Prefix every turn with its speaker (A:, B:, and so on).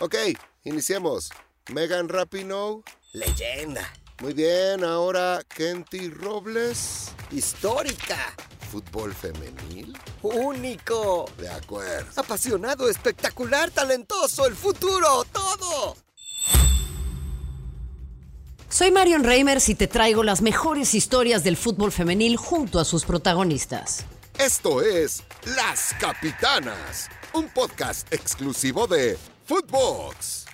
A: Ok, iniciemos. Megan Rapinoe,
B: Leyenda.
A: muy bien. Ahora Kenty Robles,
B: Histórica.
A: fútbol femenil.
B: Único.
A: De acuerdo.
B: Apasionado, espectacular, talentoso, el futuro, todo.
C: Soy Marion Reimers y te traigo las mejores historias del fútbol femenil junto a sus protagonistas.
A: Esto es Las Capitanas, un podcast exclusivo de Footbox.